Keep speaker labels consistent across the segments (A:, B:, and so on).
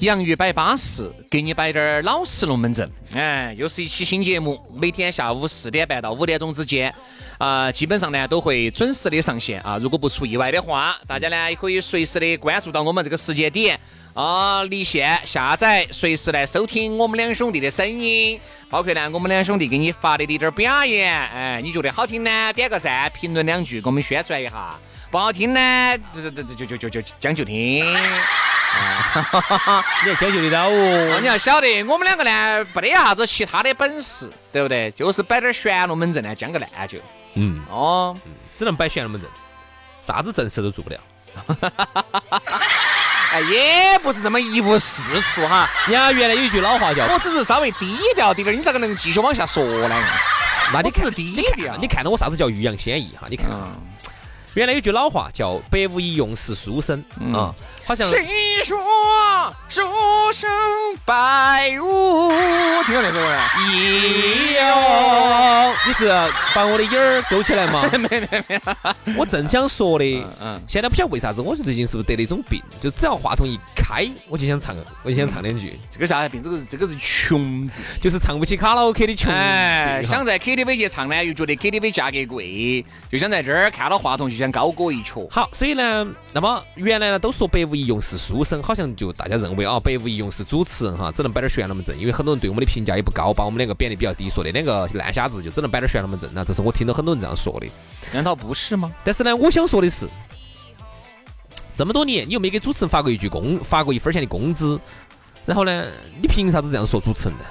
A: 洋芋摆巴适，给你摆点儿老实龙门阵。哎，又是一期新节目，每天下午四点半到五点钟之间，啊、基本上呢都会准时的上线啊。如果不出意外的话，大家呢也可以随时的关注到我们这个时间点啊，离线下载，随时来收听我们两兄弟的声音。包括呢，我们两兄弟给你发的一点儿表演，哎，你觉得好听呢？点个赞，评论两句，给我们宣传一下。不好听呢，就就就就就就将就听。
B: 你要将就得到哦。
A: 啊，你要晓得，我们两个呢，没得啥子其他的本事，对不对？就是摆点玄龙门阵呢，将个烂就。
B: 嗯，
A: 哦，
B: 只能摆悬龙门阵，啥子正事都做不了。
A: 哎，也不是这么一无是处哈，
B: 人家原来有一句老话叫
A: 我只是稍微低调点点儿，你咋个能继续往下说呢？
B: “那你看
A: 我只是低调
B: 你看到我啥子叫欲扬先抑哈？你看，
A: 嗯，
B: 原来有句老话叫“百无一用是书生”
A: 嗯
B: 啊，好像
A: 谁说书生百无？听过那首歌没？
B: 一哟，你是把我的眼儿勾起来 吗？没没没，我正想说的，
A: 嗯
B: 现在不晓得为啥子，我最近是不是得了一种病，就只要话筒一开，我就想唱，我就想唱两句，
A: 这个啥病？这个这个是穷病。
B: 就是唱不起卡拉 OK 的穷。
A: 哎，
B: 对哈
A: 想在 KTV 去唱呢，又觉得 KTV 价格贵，就想在这儿看到话筒就想高歌一曲。
B: 好，所以呢，那么原来呢都说百无一用是书生，好像就大家认为啊，百无一用是主持人哈，只能摆点悬龙门阵，因为很多人对我们的评价也不高，把我们两个贬得比较低，说的两个烂瞎子就只能摆点悬龙门阵，那这是我听到很多人这样说的。
A: 难道不是吗？
B: 但是呢，我想说的是，这么多年你又没给主持人发过一句工，发过一分钱的工资，然后呢，你凭啥子这样说主持人呢？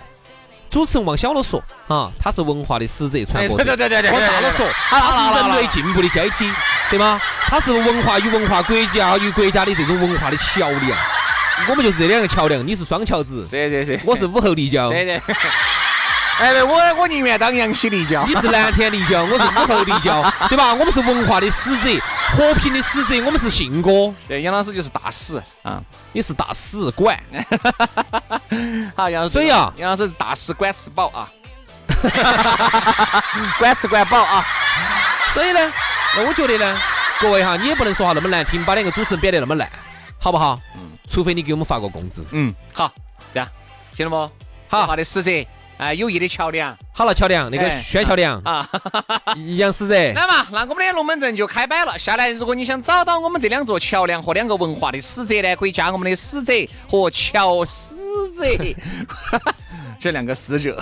B: 主持人往小了说啊，他是文化的使者、传播者；
A: 对 对
B: 往大了说，他是人类进步的阶梯，对吗？他是文化与文化、国家与国家的这种文化的桥梁。我们就是这两个桥梁，你是双桥子，
A: 这这 这，
B: 我是武侯立交，
A: 对对。哎，对我我宁愿当杨希立交
B: 你。是蓝天立交，我是武侯立交，对吧？我们是文化的使者，和平的使者，我们是信哥。
A: 对，杨老师就是大使啊。
B: 你是大使 馆，
A: 好，杨老师，
B: 所以啊
A: 杨老师大使管吃饱 啊，管吃管饱啊。
B: 所以呢，那我觉得呢，各位哈，你也不能说话那么难听，把两个主持人贬得那么烂，好不好？嗯，除非你给我们发过工资。
A: 嗯，好，这样行了不？
B: 好
A: 文化的使者，哎，友谊的桥梁
B: 好了，乔梁，那个
A: 哎
B: 宣乔梁，
A: 啊。
B: 杨师
C: 哎
B: 姐，
A: 来嘛，那我们的龙门阵就开摆了。下来，如果你想找到我们这两座桥梁和两个文化的使者呢，可以加我们的使者和 桥使者， 这两个使者，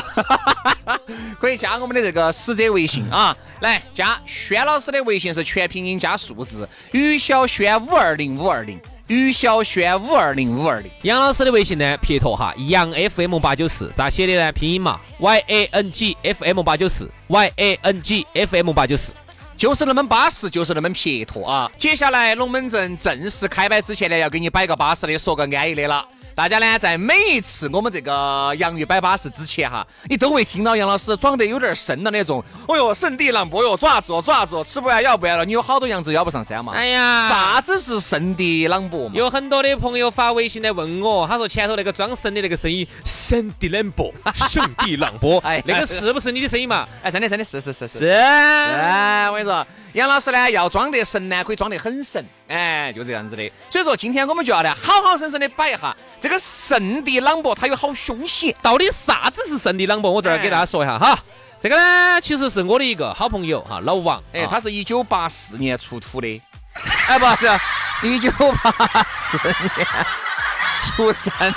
A: 可以加我们的这个使者微信啊。来，加轩老师的微信是全拼音加数字，于小轩五二零五二零，于小轩五二零五二零。
B: 杨老师的微信呢？撇脱哈，杨 FM 八九四，咋写的呢？拼音嘛，Y A N G F M 八九四，Y A N G F M 八九四。
A: 就是那么巴适，就是那么撇脱啊！接下来龙门阵正式开摆之前呢，要给你摆个巴适的，说个安逸的了。大家呢，在每一次我们这个洋芋摆巴适之前哈，你都会听到杨老师装得有点深的那种，哦哟，圣地朗博哟，爪子哦，爪子哦，吃不完要不完了，你有好多羊子咬不上山嘛？
B: 哎呀
A: 啥子是圣地朗博嘛？
B: 有很多的朋友发微信来问我，他说前头那个装神的那个声音，圣地朗 博，圣地朗博，
A: 哎呀
B: 那个是不是你的声音嘛？
A: 哎，真的真的是是是是
B: 是。
A: 哎，我跟你说，杨老师呢要装得神呢，可以装得很神，哎，就这样子的。所以说，今天我们就要来好好生生的摆一下这个圣地朗博，它有好凶险。
B: 到底啥子是圣地朗博？
A: 哎
B: 我这儿给大家说一下哈。这个呢，其实是我的一个好朋友哈，老王。
A: 哎，
B: 啊
A: 它是一九八四啊年出土的，哎，不是，一九八四年。出生的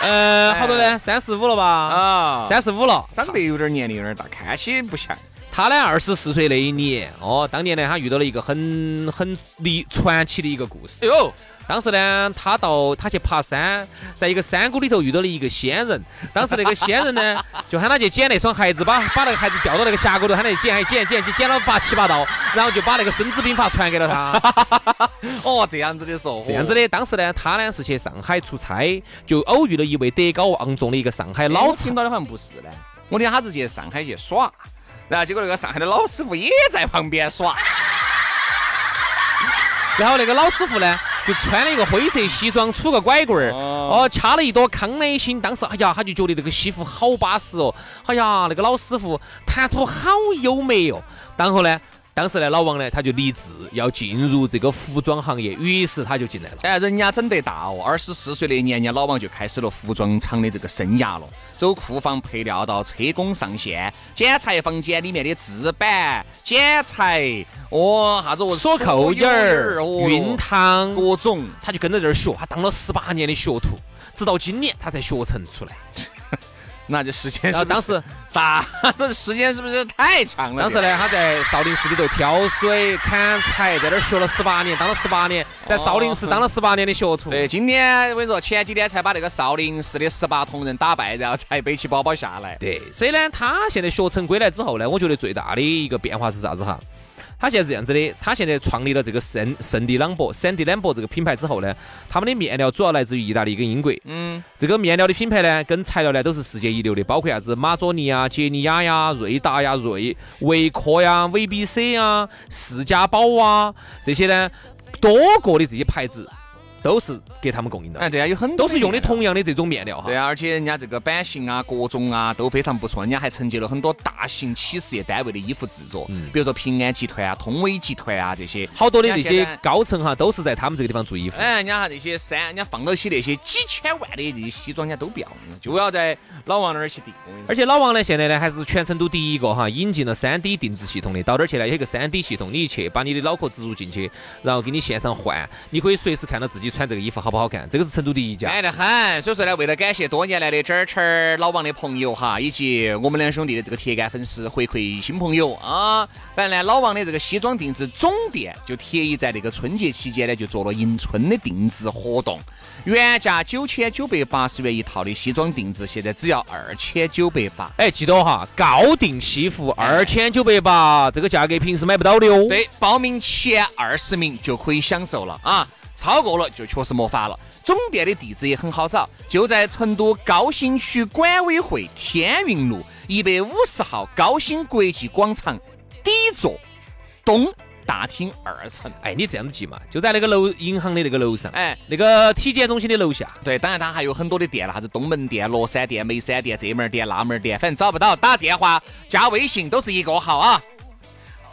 C: 呃，好多呢，三十五了吧？
A: 啊，
C: 三十五了。
A: 长得有点年龄有点大，看起不像。
C: 他呢，二十四岁那一年，哦，当年呢，他遇到了一个很很离传奇的一个故事。
A: 哟，
C: 当时呢，他到他去爬山，在一个山谷里头遇到了一个仙人。当时那个仙人呢，就喊他去捡那双鞋子，把把那个鞋子掉到那个峡谷头，喊他去捡，还捡捡捡捡了八七八道，然后就把那个《孙子兵法》传给了他。
A: 哦，这样子的说，
C: 这样子
A: 的。
C: 的，当时呢，他呢是去上海出差，就偶遇了一位德高望重的一个上海老
A: 老
C: 茶
A: 听到的好像不是呢，哦我听他是去上海去耍，然后结果那个上海的老师傅也在旁边耍。
C: 然后那个老师傅呢，就穿了一个灰色西装，杵个拐棍儿，哦，掐了一朵康乃馨。当时，哎呀，他就觉得这个西服好巴适哦，哎呀，那个老师傅谈吐好优美哦。然后呢，当时呢，老王呢，他就立志要进入这个服装行业，于是他就进来了。
A: 哎，人家整得大哦，二十四岁那一年，人家老王就开始了服装厂的这个生涯了，走库房配料到车工上线，剪裁房间里面的制板、剪裁，哦，啥子哦，
C: 锁扣眼儿、熨
A: 熨
C: 烫，
A: 各种。
C: 他就跟着这儿学，他当了十八年的学徒，直到今年他才学成出来。
A: 那这时间
C: 然
A: 是
C: 后
A: 不
C: 当
A: 是
C: 时。
A: 啥？这时间是不是太长了
C: 当
A: 点？
C: 时呢，他在少林寺里头挑水、砍柴，在那儿学了十八年，当了十八年，在少林寺当了十八年的学徒。
A: 对，今天我跟你说，前几天才把那个少林寺的十八铜人打败，然后才背起包包下来。
C: 对，所以呢，他现在学成归来之后呢，我觉得最大的一个变化是啥子哈？他现在是这样子的，他现在创立了这个圣圣地朗博、圣地朗博这个品牌之后呢，他们的面料主要来自于意大利跟英国。
A: 嗯，
C: 这个面料的品牌呢，跟材料呢都是世界一流的，包括啥子马佐尼啊、杰尼亚呀、瑞达呀、瑞维科呀、VBC 呀、啊世家宝啊这些呢，多个的这些牌子都是给他们供应的，
A: 哎，对啊，有很多
C: 都是用的
A: 同。
C: 同样的这种面料哈
A: 对。啊，而且人家这个版型啊、各种啊都非常不错，人家还承接了很多大型企事业单位的衣服制作，比如说平安集团啊、通威集团啊这些。
C: 好多的这
A: 人家现
C: 些
A: 在
C: 高层哈，都是在他们这个地方做衣服。
A: 哎，人家哈那些衫，人家放到起那些几千万的这些西装，人家都不要，就要在老王那儿去订。
C: 而且老王呢，现在呢还是全成都第一个哈，引进了 3D 定制系统的。到哪儿去呢？有一个 3D 系统，你一去把你的脑壳植入进去，然后给你现场换，你可以随时看到自己穿这个衣服好不好看。这个是成都第一家。
A: 爱得哎很，所以说呢，为了感谢多年来的这儿这儿老王的朋友哈，以及我们两兄弟的这个铁杆粉丝回馈新朋友啊，反正呢，老王的这个西装定制总店就特意在那个春节期间呢，就做了迎春的定制活动，原价九千九百八十元一套的西装定制，现在只要二千九百八。
C: 哎，记得哈，高定西服二千九百八，这个价格平时买不到的哦。
A: 对，报名前二十名就可以享受了啊，超过了就确实没法了。总店的地址也很好找，就在成都高新区管委会天云路一百五十号高新国际广场底座东大厅二层。
C: 哎，你这样子记嘛，就在那个楼银行的那个楼上，
A: 哎，
C: 那个体检中心的楼下。
A: 对，当然它还有很多的店了，啥子东门店、乐山店、眉山店、这门儿店、那门儿店，反正找不到，打电话加微信都是一个号啊。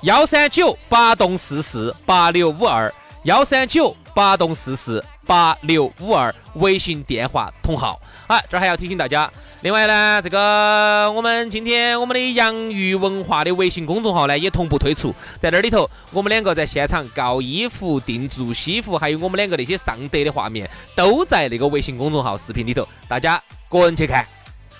C: 幺三九八栋四四八六五二，幺三九八栋四四八六五二，微信电话同号。哎，这儿还要提醒大家，另外呢，这个我们今天我们的洋芋文化的微信公众号呢也同步推出，在那里头，我们两个在现场搞衣服、定做西服，还有我们两个那些上德的画面，都在那个微信公众号视频里头，大家个人去看。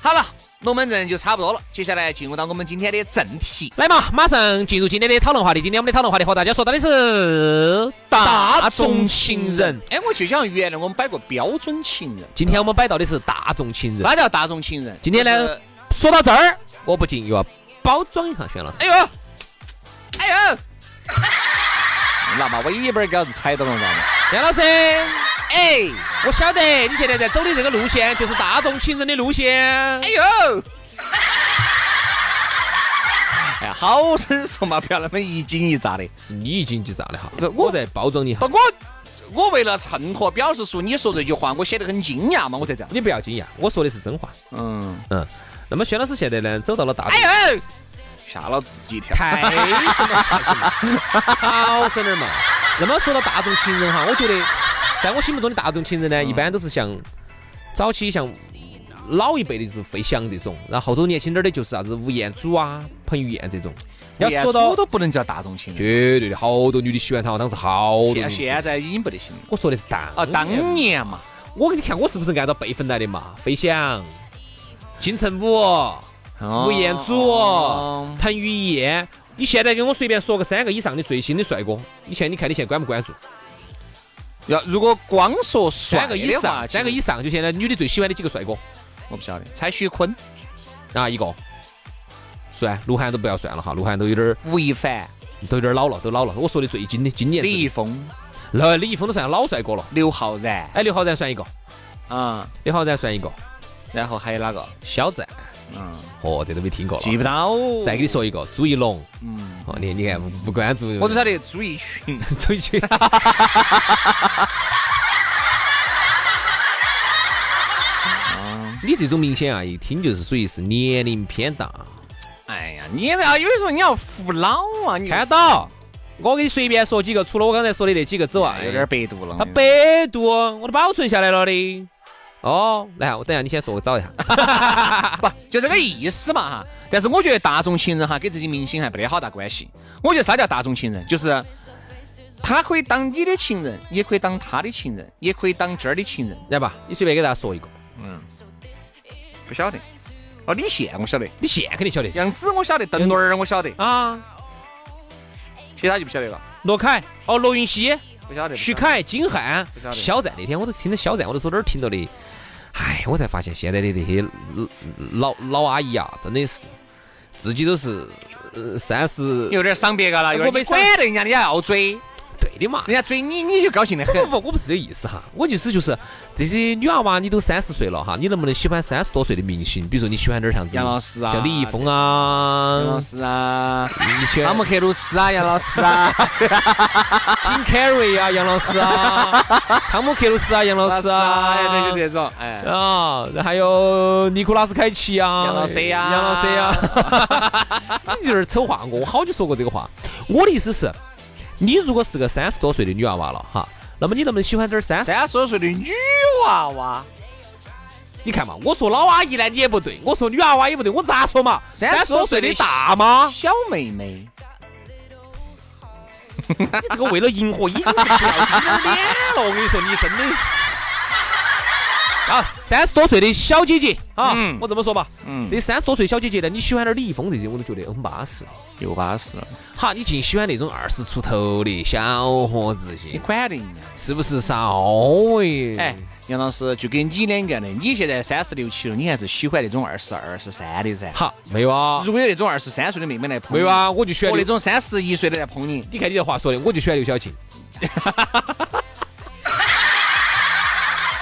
A: 好了，龙门阵就差不多了，接下来进入到我们今天的正题。
C: 来嘛，马上进入今天的讨论话题。今天我们的讨论话题和大家说到的是大众情人。。
A: 哎，我就想原来我们摆过标准情人，
C: 今天我们摆到的是大众情人。
A: 啥叫大众情人？
C: 今天
A: 就
C: 呢
A: 是，
C: 说到这儿，我不禁又要包装一下轩老师。
A: 哎呦，哎呦，你拿把尾巴儿给老子踩到了，知道吗？
C: 轩老师，
A: 哎，
C: 我晓得你现在在走的这个路线就是大众情人的路线。
A: 哎呦。哎，好生说嘛，不要那么一惊一乍的。
C: 是你已经记炸了哈，
A: 我
C: 哎我在包装你哈
A: 不，，我我为了衬托表示出你说这句话，我显得很惊讶嘛，我才这样。
C: 你不要惊讶，我说的是真话。
A: 嗯，
C: 嗯，那么轩老师现在呢，走到了大众。
A: 哎呦，吓了自己一跳。
C: 太什么啥子嘛，好生点嘛。那么说到大众情人哈，我觉得在我心目中的大众情人呢，一般都是像早期像老一辈的就是费翔这种，然后后头年轻点儿的就是啥子吴彦祖啊、彭于晏这种。要
A: 连
C: 说
A: 猪
C: 到
A: 都不能叫大众情人，
C: 绝对的，好多女的喜欢他，当时好多
A: 现
C: 女的喜欢。
A: 现在已经不得行了。
C: 我说的是当
A: 啊啊，当年嘛，
C: 我给你看我是不是按照辈分来的嘛？飞翔、金城武、
A: 哦
C: 吴彦祖、彭于晏。你现在给我随便说个三个以上的最新的帅哥，你现在你看你现在关不关注？
A: 要如果光说帅
C: 三
A: 的
C: 个以
A: 话
C: 上，三个
A: 其
C: 以
A: 实
C: 上，就现在女的最喜欢的几个帅哥
A: 我不晓得。蔡徐坤、
C: 啊，一个。算，鹿晗都不要算了哈，鹿晗都有点儿，
A: 吴亦凡、
C: 都有点儿老了，都老了。我说的最近的，今年
A: 李易
C: 是，
A: 峰、
C: 那李易峰都算老帅哥了。
A: 刘昊然
C: 哎，刘昊然算一个，
A: 啊，
C: 刘昊然算一个，
A: 然后还有哪个？
C: 肖战，
A: 嗯，
C: 哦，这都没听过了。
A: 记不到。
C: 再给你说一个，朱一龙，
A: 嗯，
C: 哦，你你看不不关注，
A: 我只晓得朱一群。
C: 出 去。哦你这种明显啊，一听就是属于是年龄偏大。
A: 哎呀，你这要有时候你要服老啊，你
C: 看到，我给你随便说几个，除了我刚才说的那几个之外，
A: 哎有点百度了。
C: 他百度啊我都保存下来了的。哦，来，我等一下，你先说，我找一下。
A: 啊不就这个意思嘛哈。但是我觉得大众情人哈，跟这些明星还没得好大关系。我觉得啥叫大众情人，就是他可以当你的情人，也可以当他的情人，也可以当今儿的情人。
C: 来吧，你随便给大家说一个，
A: 嗯，不晓得。哦，李现我晓得，
C: 你现在肯定晓得
A: 杨紫我晓得，邓伦儿我晓得，
C: 啊。
A: 其他就不晓得了。
C: 罗凯，哦，罗云熙，
A: 不晓得。
C: 徐，凯、金瀚
A: 不晓、得
C: 肖战那天我都听着肖战，我都说哪儿听到的。哎，我才发现现在的这些老老阿姨啊，真的是自己都是呃三十
A: 有点伤别个了，有
C: 我
A: 点
C: 没
A: 你管得人家，人家要追，
C: 对的嘛。
A: 人家追你，你就高兴得很
C: 不。不，我不是这个意思哈，我就是就是这些女娃娃，你都三十岁了哈，你能不能喜欢三十多岁的明星？比如说你喜欢点儿啥子？
A: 杨老师啊
C: 像李易峰
A: 杨老
C: 啊，
A: 师啊，
C: 你喜
A: 汤
C: 欢
A: 姆克鲁斯啊，杨老师啊，
C: Jim Carrey 啊，杨老 师啊，汤姆克鲁斯啊，杨 老师啊，
A: 哎对就这种，哎。
C: 啊，然后还有尼古拉斯凯奇啊，
A: 杨老师呀
C: 杨老师呀， 你就是丑化我，我好久说过这个话。我的意思是，你如果是个三十多岁的女娃娃了哈，那么你能不能喜欢点儿三十？
A: 三十多岁的女娃娃，
C: 你看嘛，我说老阿姨呢，你也不对；我说女娃娃也不对，我咋说嘛？三十多岁的大妈，
A: 小妹妹，
C: 你这个为了迎合影视不要脸哎了，我跟你说，你真的是。啊，三十多岁的小姐姐啊，
A: 嗯
C: 我这么说吧，
A: 嗯
C: 这三十多岁小姐姐呢，你喜欢点儿李易峰这些，我都觉得很巴适。
A: 又巴适了，
C: 哈，你净喜欢那种二十出头的小伙子
A: 你
C: 些，
A: 管得人家？
C: 是不是哦稍微？
A: 哎，，杨老师就跟你两个的，你现在三十六七了，你还是喜欢那种二十二、十三的噻。
C: 好，没有啊，
A: 如果有那种二十三岁的妹妹来捧
C: 没
A: 你，
C: 有啊，我就喜欢
A: 和那
C: 刘。
A: 种三十一岁的来捧你，
C: 你看你这话说的，我就喜欢刘晓庆。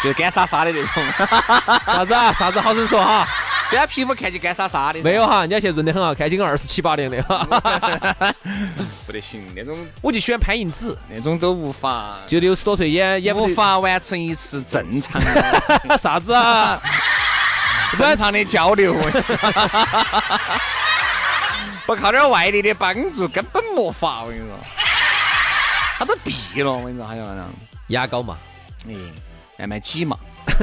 A: 就干沙沙的那种，
C: 啥子啊？啥子好生说哈？
A: 人家皮肤看起干沙沙的，
C: 没有哈，人家现在润得很好看，今个二十七八年的 哈。
A: 不得行，那种
C: 我就喜欢潘迎紫，
A: 那种都无法。
C: 就六十多岁也也
A: 也
C: 不
A: 无
C: 得
A: 法完成一次正常的、
C: 啥 子啊。
A: 正常的交 流，不靠点外力的帮助根本没法。我跟你说，他都闭了。我跟你说，他像那样，
C: 牙膏嘛，
A: 哎，慢慢挤嘛。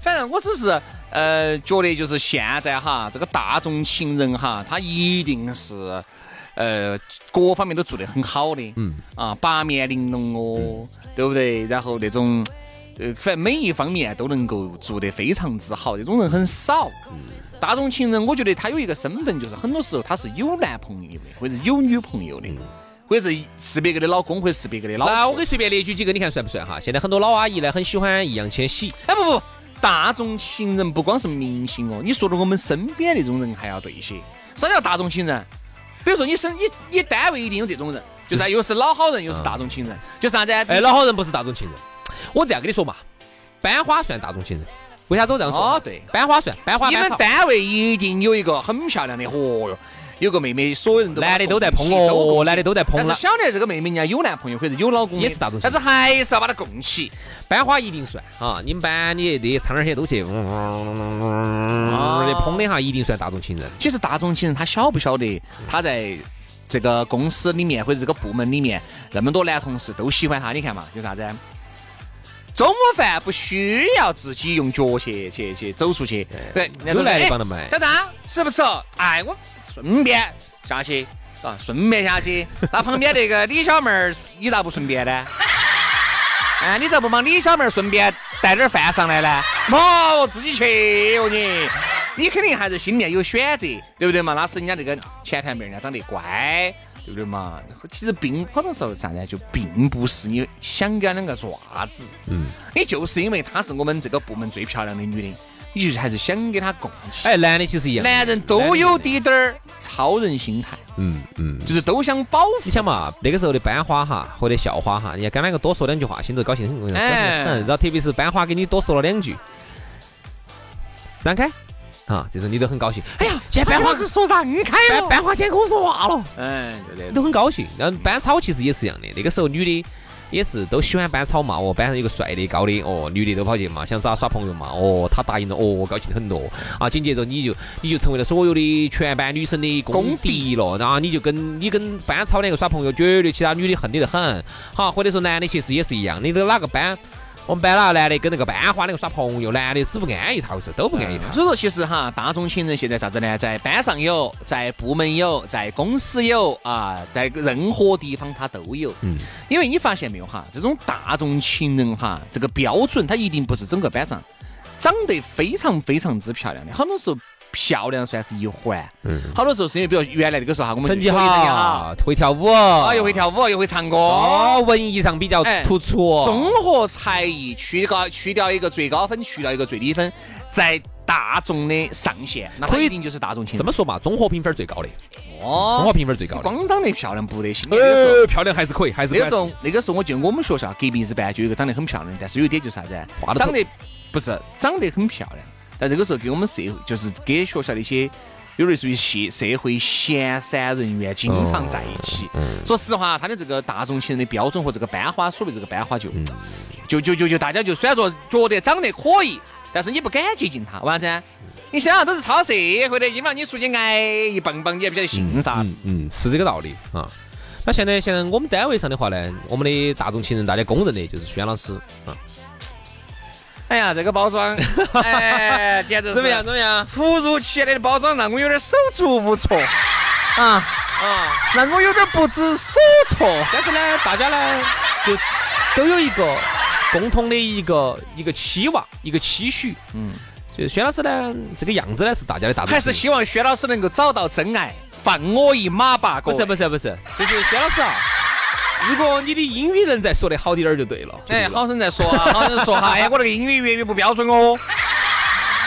A: 反正我只是呃，觉得就是现在哈，这个大众情人哈，他一定是呃各方面都做得很好的，嗯啊，八面玲珑哦，对不对？然后那种呃，反正每一方面都能够做得非常之好，这种人很少。大众情人，我觉得他有一个身份，就是很多时候他是有男朋友的，或者是有女朋友的，或者是是别个的老公，或者是别个的老婆。
C: 那我给你随便列举几个，你看帅不帅哈？现在很多老阿姨呢，很喜欢易烊千玺。
A: 哎不不，大众情人不光是明星哦，你说的我们身边那种人还要对些。啥叫大众情人？比如说你身你你单位一定有这种人，就是又是老好人又是大众情人，就是啥子？啊
C: 哎，老好人不是大众情人，我这样跟你说嘛，班花算大众情人，为啥子我这样说？
A: 哦对
C: 班花算，班花
A: 你
C: 班
A: 们
C: 草
A: 单位一定有一个很漂亮的，嚯哟，有个妹妹，所有人都
C: 男的都在捧
A: 都
C: 哦，
A: 拱起
C: 男的都在捧
A: 但是
C: 了，
A: 晓得这个妹妹人家有男朋友或者有老公的
C: 也是大众情
A: 但
C: 人
A: 是还是要把她供起。
C: 班花一定算啊！你们班你那些苍蝇些都去，嗡嗡嗡嗡嗡嗡的捧的哈，一定算大众情人。
A: 其实大众情人他晓不晓得他在这个公司里面或者这个部门里面那么多男同事都喜欢他？你看嘛，有啥子？中午饭不需要自己用脚去去去走出去，对，人家都
C: 有男
A: 哎
C: 的帮他买
A: 小张吃不吃？哎，我顺便下去啊，顺便下去。那旁边那个李小妹儿，你咋不顺便呢？哎，你咋不帮李小妹儿顺便带点儿饭上来呢？冇，我自己去哟你。你肯定还是心里面有选择，对不对嘛？那是人家那个前台妹儿，人家长得乖，对不对嘛？其实并很多时候啥呢，就并不是你想跟她两个做啥子，嗯，你就是因为她是我们这个部门最漂亮的女的，你就是还是想跟她共起。
C: 哎，男的其实一样，
A: 男人都有滴点儿超人心态，
B: 嗯嗯，
A: 就是都想保护。
C: 你想嘛，那个时候的班花哈，或者校花哈，你要跟哪个多说两句话，心头高兴很。
A: 哎
C: 嗯然后特别是班花给你多说了两句，让开，啊，这种你都很高兴。哎呀，今天班花
A: 是说让开
C: 班班花今天跟我说话了，
A: 嗯，对对
C: 你都很高兴。然后班草其实也是一样的，那个时候女的也是都喜欢班草嘛，哦，班上有个帅的、高的，哦，女的都跑去嘛，想找他耍朋友嘛，哦，他答应了，哦，我高兴得很咯。啊，紧接着你就你就成为了所有的全班女生的公敌了，然后啊你就跟你跟班草两个耍朋友，绝对其他女的恨你得很。好，或者说男的其实也是一样，你都哪个班？我们班那男的跟那个班花两个耍朋友，男的只不安逸他，我说都不安逸他。
A: 嗯所以说，其实哈，大众情人现在啥子呢？在班上有，在部门有，在公司有啊，在任何地方他都有。嗯，因为你发现没有哈，这种大众情人哈，这个标准它一定不是整个班上长得非常非常之漂亮的，很多时候漂亮算是一环，嗯，好多时候是因为比如原来那个时候哈，我们
C: 成绩
A: 学习成绩好
C: 好，会跳舞，
A: 啊，
C: 啊
A: 又会跳舞，又会唱歌，
C: 哦，文艺上比较
A: 哎
C: 突出，哦
A: 综合才艺去高去掉一个最高分，去掉一个最低分，在大众的上限，那他
C: 可以
A: 一定就是大众情
C: 这
A: 人。
C: 么说嘛，综合评分最高的，
A: 嗯
C: 综合
A: 哦，哎
C: 评分最高的，呃
A: 光长得漂亮不得行。那个时候，
C: 漂亮还是可以，还是
A: 那个时
C: 可以
A: 候，那个时候，我记得我们学校隔壁子班就有一个长得很漂亮的，但是有一点就是啥子啊
C: 画，得
A: 长得不是长得很漂亮，但这个时候给我们社会就是给学校那些。有类似于社社会闲散人员经常在一起。
C: 嗯
A: 说实话，他的这个大众情人的标准和这个班花，所谓这个班花就
C: 嗯
A: 就就就就大家就虽然说觉得长得可以，但是你不敢接近他，为啥子啊？你想啊，都是超社会的，你嘛，你出去挨一棒棒，你也不晓得姓啥子。
C: 嗯，是这个道理啊。那现在现在我们单位上的话呢，我们的大众情人大家公认的就是轩老师啊，
A: 哎呀，这个包 装，哎，简直是
C: 怎么样？怎么样？
A: 突如其来的包装让我有点手足无措啊啊，让我有点不知所措。
C: 但是呢，大家呢就都有一个共同的一个一个期望，一个期许，
A: 嗯，
C: 就是轩老师呢这个样子呢是大家的大众情
A: 还
C: 人，
A: 是希望薛老师能够找到真爱，放我一马吧，各
C: 不
A: 位
C: 是不是不是，就是轩老师啊，如果你的英语能再说的好点儿就对了，就对
A: 哎，
C: 了
A: 好生再说啊，好生说 哈。哎，我那个英语、粤语不标准哦，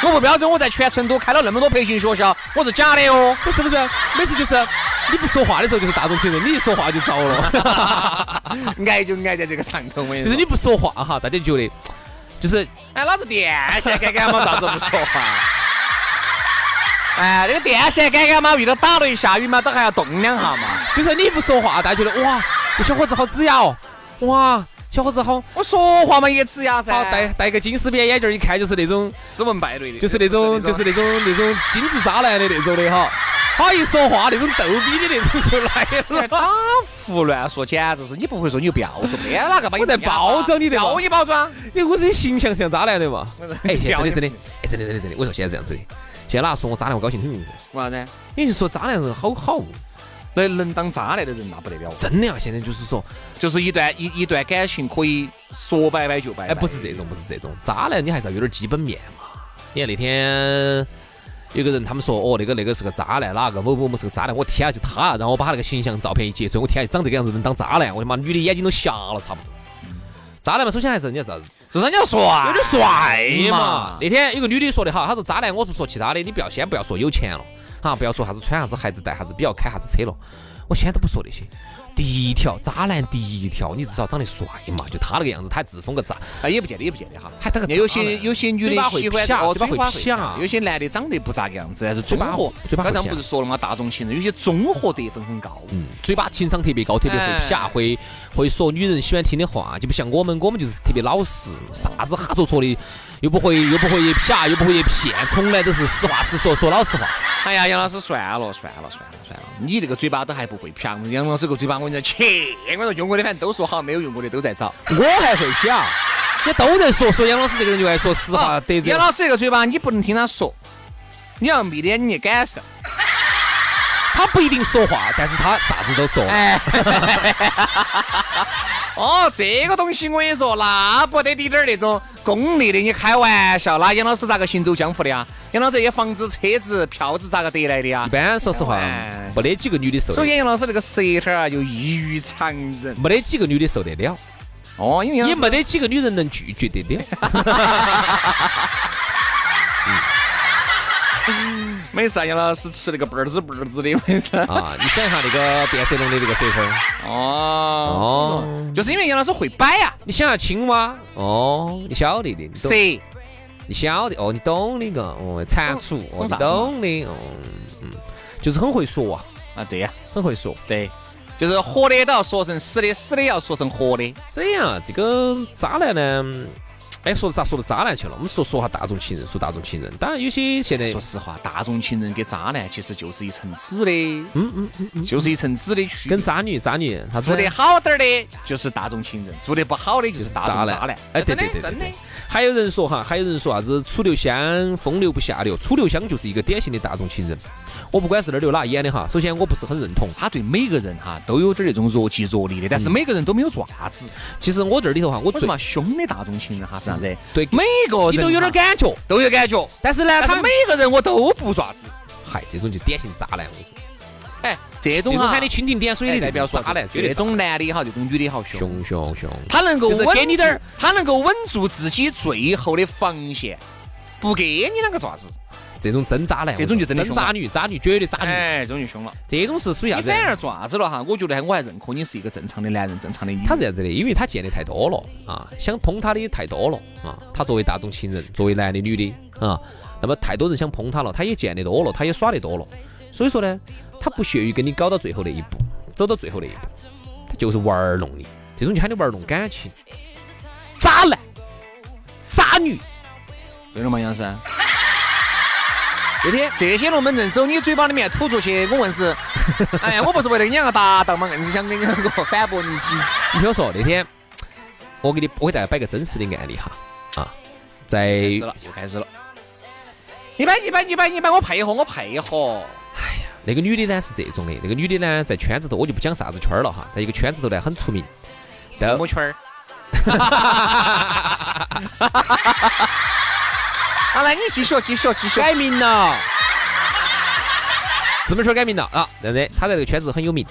A: 我不标准，我在全成都开了那么多培训学校，我是假的哦。
C: 不是不是，啊每次就是你不说话的时候就是大众情人，你一说话就糟了。
A: 挨就挨在这个上头，我跟
C: 就是
A: 你
C: 你
A: 说，
C: 不说话哈，大家觉得就是
A: 哎，老子电线杆杆嘛，咋子不说话？ 哎，那个电线杆杆嘛，遇到打雷下雨嘛，都还要动两下嘛。
C: 就是你不说话，大家觉得哇，这小伙子好子牙哦，哇，小伙子好
A: 我说话嘛也吱呀噻，
C: 好戴戴个金丝边眼镜，一看就是那种
A: 斯文败类的，
C: 就是那种就是那种那种精致渣男的那种的哈。他一说话，那种逗逼的那种就来了。
A: 哎 打胡乱说，简直是你不会说你就不要说，没哪哎个把你
C: 我在包装你的嘛
A: 要你包装。
C: 你我这形象像渣男 的嘛？哎，现在真
A: 的
C: 的真的，哎，真的真的真的，我说现在这样子的，现在哪说我渣男，我高兴很。
A: 为啥子？
C: 因为说渣男人好好，
A: 能能当渣男的人那不得了，
C: 真的啊，现在就是说。
A: 就是一段一一段感情可以说掰掰就掰掰。
C: 哎，不是这种，不是这种，渣男你还是要有点基本面嘛。你看那天有个人他们说，哦，那个那个是个渣男，哪个某某某是个渣男，我天啊，就他，然后我把他那个形象照片一截出来，我天啊，长这个样子能当渣男，我他妈女的眼睛都瞎了，差不多。渣男嘛，首先还是人家啥子，
A: 是人家说啊，
C: 有点帅嘛
A: 嘛。
C: 啊那天有个女的说的好，她说渣男，我不说其他的，你不要先不要说有钱了，哈，不要说啥子穿啥子鞋子、戴啥子表、开啥子车了，我先都不说那些。第一条，渣男第一条，你至少长得帅嘛，就他那个样子，他还自封个渣，
A: 哎，也不见得，也不见得哈。
C: 还当个
A: 那哎有
C: 渣
A: 些
C: 男
A: 有些女
C: 哎嘴巴
A: 的
C: 会
A: 喜欢
C: 啪
A: 哦
C: 嘴巴会
A: 这
C: 啪
A: 样有些男的长得不咋个样子，但是综
C: 巴
A: 合
C: 嘴巴会
A: 刚才我们
C: 啪
A: 不是说了吗？大众情人有些综合得分很高。
C: 嗯，嘴巴情商特别高，特别会
A: 哎
C: 啪，会会说女人喜欢听的话，就不像我们，我们就是特别老实，啥子哈说说的，又不会又不会啪，又不会骗，从来都是实话实说，说老实话。
A: 哎呀，杨老师算了算了算了算了，你这个嘴巴都还不会啪，杨老师这个嘴巴我跟你讲，切，我跟你说用过的反正都说好，没有用过的都在找。
C: 我还会啪，也都在说说杨老师这个人就爱说实话
A: 啊
C: 得罪
A: 杨
C: 人。
A: 老师这个嘴巴你不能听他说，你要迷恋你的感受。
C: 哎他不一定说话，但是他啥子都说。
A: 哎，哦，这个东西我跟你说，那不得滴点儿那种功利的，你开玩笑啦！杨老师咋个行走江湖的呀？杨老师这些房子、车子、票子咋个得来的呀
C: 一？般说实话
A: 哎，
C: 没得几个女的受
A: 所
C: 得
A: 以
C: 了，
A: 杨老师那个舌头啊，就异于常人。
C: 没得几个女的受得了，
A: 哦，因为杨老
C: 也
A: 师
C: 没得几个女人能拒绝得了。
A: 每次啊杨老师吃那个嘣儿滋嘣儿滋的，每次。
C: 啊，你想一下那个变色龙的那个舌头，
A: 哦，
C: 哦，
A: 就是因为杨老师会啊摆呀、
C: 你想下青蛙，哦，你晓得的，你
A: 舌
C: 懂，你晓得，哦，你懂的个，哦，蟾蜍，哦，你懂的，哦，嗯，就是很会说啊，
A: 啊，对呀、
C: 很会说。
A: 对，就是活的都要说成死的，死的要说成活的。
C: 所以啊，这个渣男呢，嗯哎，说咋说到渣男去了？我们说说下大众情人，说大众情人。当然，有些现在
A: 说实话，大众情人跟渣男其实就是一层纸的，嗯嗯嗯，就是一层纸的区别
C: 跟渣女、渣女，他
A: 做得好点儿的，就是大众情人；做得不好的，就是大众
C: 渣
A: 渣
C: 男
A: 男。
C: 哎对
A: 真的
C: 对对对
A: 真的
C: 对。还有人说哈，还有人说啥子楚留香风流不下流，楚留香就是一个典型的大众情人。我不管是哪儿刘哪演的哈，首先我不是很认同。
A: 他对每个人哈都有点儿那种若即若离的，
C: 嗯
A: 但是每个人都没有爪子。
C: 其实我这里头哈，我
A: 为
C: 最
A: 什么凶的大众情人哈是啥子？
C: 对
A: 每个人
C: 你都有点
A: 哈
C: 儿感觉，
A: 都有感觉，
C: 但是呢，
A: 但
C: 他
A: 是每个人我都不爪子。
C: 嗨，这种就典型渣男，我跟你说
A: 哎，这
C: 这
A: 种
C: 种
A: 哈
C: 喊你蜻蜓点水
A: 哎
C: 的，
A: 代表
C: 渣
A: 说
C: 男，绝对
A: 这种男的也好，这种女的也好凶。
C: 熊熊熊，
A: 他能够
C: 就是
A: 稳
C: 给你
A: 住
C: 点儿，
A: 他能够稳住自己最后的防线，不给你两个爪子，
C: 这种真渣男，
A: 这种就真的
C: 真
A: 凶
C: 渣女，渣女绝对渣女，
A: 哎，这种就凶了。
C: 这种是属于啥
A: 你
C: 子？
A: 反而爪子了哈，我觉得还我还认可你是一个正常的男人，正常的女人。
C: 他是这样子的，因为他见的太多了啊，想碰他的太多了啊。他作为大众情人，作为男的女的啊，那么太多人想碰他了，他也见得多了，他也耍得多了，所以说呢，他不屑于跟你搞到最后那一步，走到最后那一步，他就是玩弄你，这种就喊你玩弄感情，渣男、渣女。
A: 对了嘛，杨生，
C: 那天
A: 这些龙门阵手你嘴巴里面吐出去，我问是， 哎呀，我不是为了跟你两个搭档嘛，硬是想跟你两个反驳你几句。
C: 你听我说，那天我给你，我给大家摆个真实的案例哈啊，在
A: 了，又开始了。一般一般一般一般，我配合我配合。
C: 那个女的呢是这种的，那个女的呢在圈子头，我就不讲啥子圈儿了哈，在一个圈子头呢很出名，
A: 什么圈儿？好来，你继续继续继续。
C: 改名了，自媒圈改名了啊，然后呢，她在这个圈子很有名，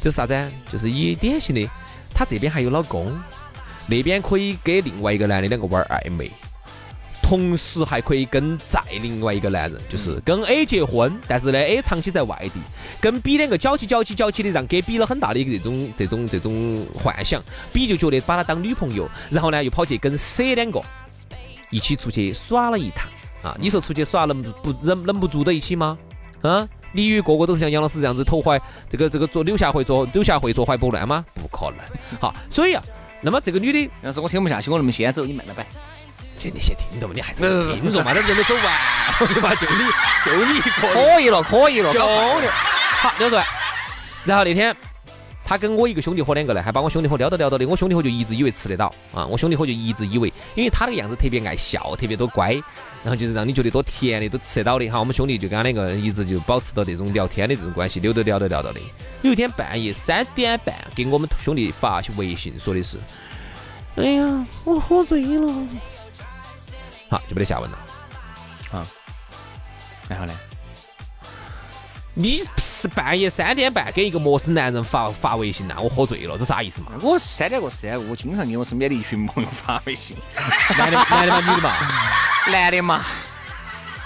C: 就是啥子啊？就是以典型的，她这边还有老公，那边可以给另外一个男的两个玩儿暧昧。同时还可以跟再另外一个男人，就是跟 A 结婚，但是呢 A 长期在外地，跟 B 两个搅起搅起搅起的，让给 B 了很大的一个这种这种这种幻想，B 就觉得把她当女朋友，然后呢又跑去跟 C 两个一起出去耍了一趟啊！你说出去耍能不忍忍不住到一起吗？啊，你与个个都是像杨老师这样子投怀这个这个做柳下惠做柳下惠做怀不乱吗？不可能！好，所以啊，那么这个女的
A: 要是我听不下去，我能不能先走？你慢慢摆。
C: 你先听懂，你还是没听懂嘛？那人都走完 了嘛，就你就你一个人，
A: 可以了，可以了，
C: 就
A: 搞快
C: 你
A: 点。
C: 好，刘主任。然后那天他跟我一个兄弟伙两个呢，还把我兄弟伙撩到撩到的，我兄弟伙就一直以为吃得到啊，我兄弟伙就一直以为，因为他那个样子特别爱笑，特别多乖，然后就是让你觉得多甜的，都吃得到的。哈，我们兄弟就跟他两个一直就保持到这种聊天的这种关系，聊着聊着聊到的。有一天半夜三点半，给我们兄弟发微信说的是：“哎呀，我喝醉了。”好，就没得下文了。
A: 然后呢？
C: 你是半夜三点半给一个陌生男人发发微信呐、我喝醉了，这啥意思嘛？
A: 我是三点过三五，我经常给我身边的一群朋友发微信。
C: 男的男的嘛，女的嘛？
A: 男的嘛，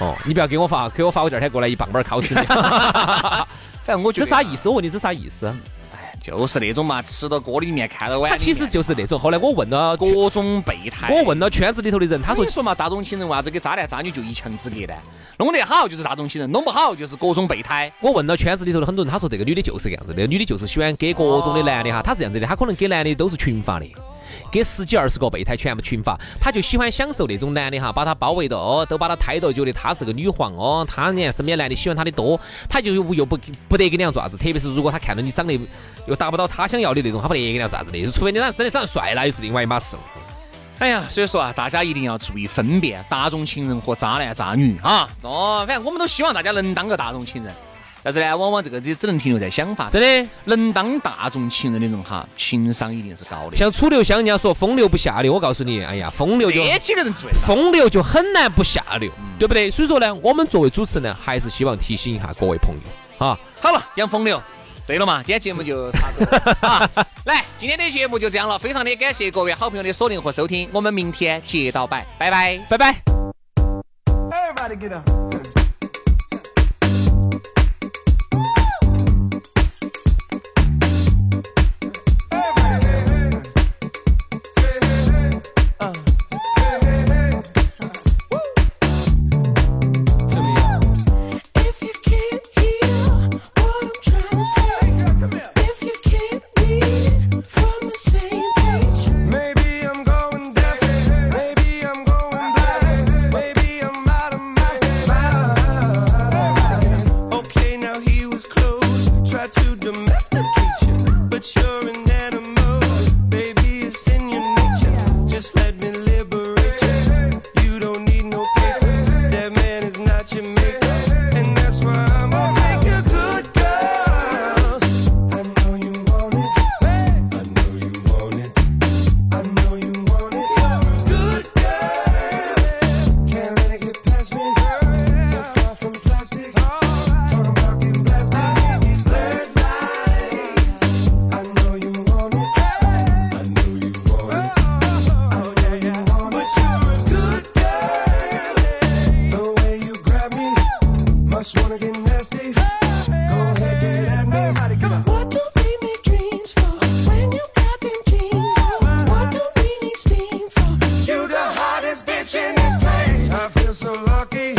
C: 哦，你不要给我发，给我发，我第二天过来一棒棒敲死你！
A: 反正我觉
C: 这
A: 得
C: 啥意？思？我问你，这啥意思？
A: 哎，就是那种嘛，吃到锅里面，看到碗
C: 他
A: 里面。
C: 其实就是那种。后来我问了，
A: 各种备胎。
C: 我问了圈子里头的人，他
A: 他
C: 说
A: 说：“说嘛，大众情人为啥子跟渣男渣女就一墙之隔呢？弄得好就是大众情人，弄不好就是各种备胎。
C: 我问了圈子里头的很多人，他说这个女的就是这样子的，女的就是喜欢给各种的男的哈，她是这样子的，她可能给男的都是群发的，给十几二十个备胎全部群发，她就喜欢享受那种男的哈，把她包围到哦，都把她抬到，觉得她是个女皇哦，她呢身边男的喜欢她的多，她就又又不不得跟你样爪子，特别是如果她看到你长得又达不到她想要的那种，她不得跟你样爪子的，除非你长得真的长得帅那又是另外一码事。
A: 哎呀，所以说啊，大家一定要注意分辨大众情人和渣男渣女啊。哦，反正我们都希望大家能当个大众情人，但是呢，往往这个也只能停留在想法上。
C: 真的。
A: 能当大众情人的人哈，情商一定是高的。
C: 像楚留香，人家说风流不下流，我告诉你，哎呀，风流就
A: 这几个人最
C: 风流就很难不下流，对不对？所以说呢，我们作为主持人呢，还是希望提醒一下各位朋友啊，
A: 好了，养风流。对了嘛，今天节目就差不多了啊。来，今天的节目就这样了，非常的感谢各位好朋友的锁定和收听，我们明天接到拜，拜拜。
C: 拜拜。
D: Everybody get up.
E: If you can't hear what I'm trying to say, if you can't read from the same page,
D: Maybe I'm going deaf. Maybe I'm going blind. Maybe I'm out of my mind. Okay, now he was close. Try to domesticate you, but you're an animal. Baby, it's in your nature. Just let me liberate you. You don't need no papers. That man is not your maker, and that's why I'm gonna take a good girl. I know you want it. I know you want it. I know you want it. Good girl. Can't let it get past me. You're far from plastic. Talk about getting plastic. These blurred lines. I know you want it. I know you want it. I know you want it. But you're a good girl. The way you grab me. Must wanna get nasty. Go ahead, get at me.
E: what do we need dreams for when you got them dreams? What do we need steam for?
D: You the hottest bitch in this place. I feel so lucky.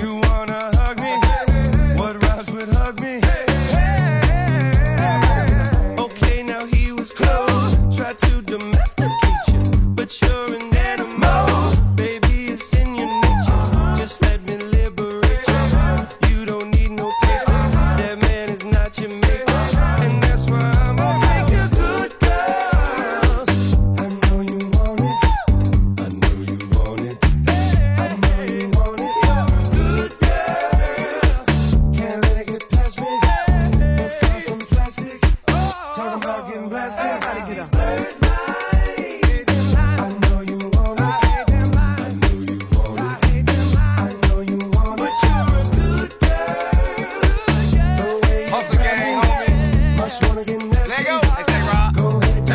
D: You wanna hug me? What rhymes with hug me? Okay, now he was close. Tried to domesticate you, but you're an animal. Baby, it's in your nature. Just let me liberate you. You don't need no papers. That man is not your maker, and that's why I'm gonna take a good girl. I know you want it. I know you want it. I know you want it. Good girl. Can't let it get past me. You're far from plastic. Talking about getting blasted. Everybody get up. I know you want it. I know you want it. I know you want it. But you're a good girl. The way you grab me, must wanna get nasty. Go ahead, do it.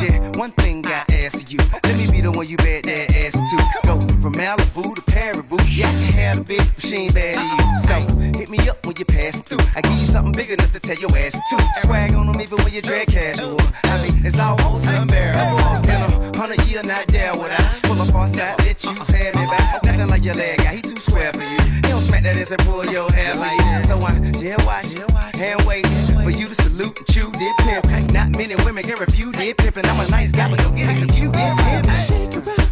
F: DJ, one thing I ask you, let me be the one you bet that ass to. Go from Malibu to Paribu, yeah, I can have a big machine bad to you. So hit me up when you pass through. I give you something big enough to tell your ass to. Swag on them even when you drag casual. I mean, it's almost unbearable. In a hundred year, not there would I pull up on side, let you pay me back. Nothing like your leg guy, he too square for you. He don't smack that ass and pull your hair like that. So I jail watch, hand wait for you to salute and chew dip pimp. Not many women can refute dip pimp, and I'm a nice guy, but don't get it confused. Dip pimp.
E: Shake it up,
D: Uh-huh.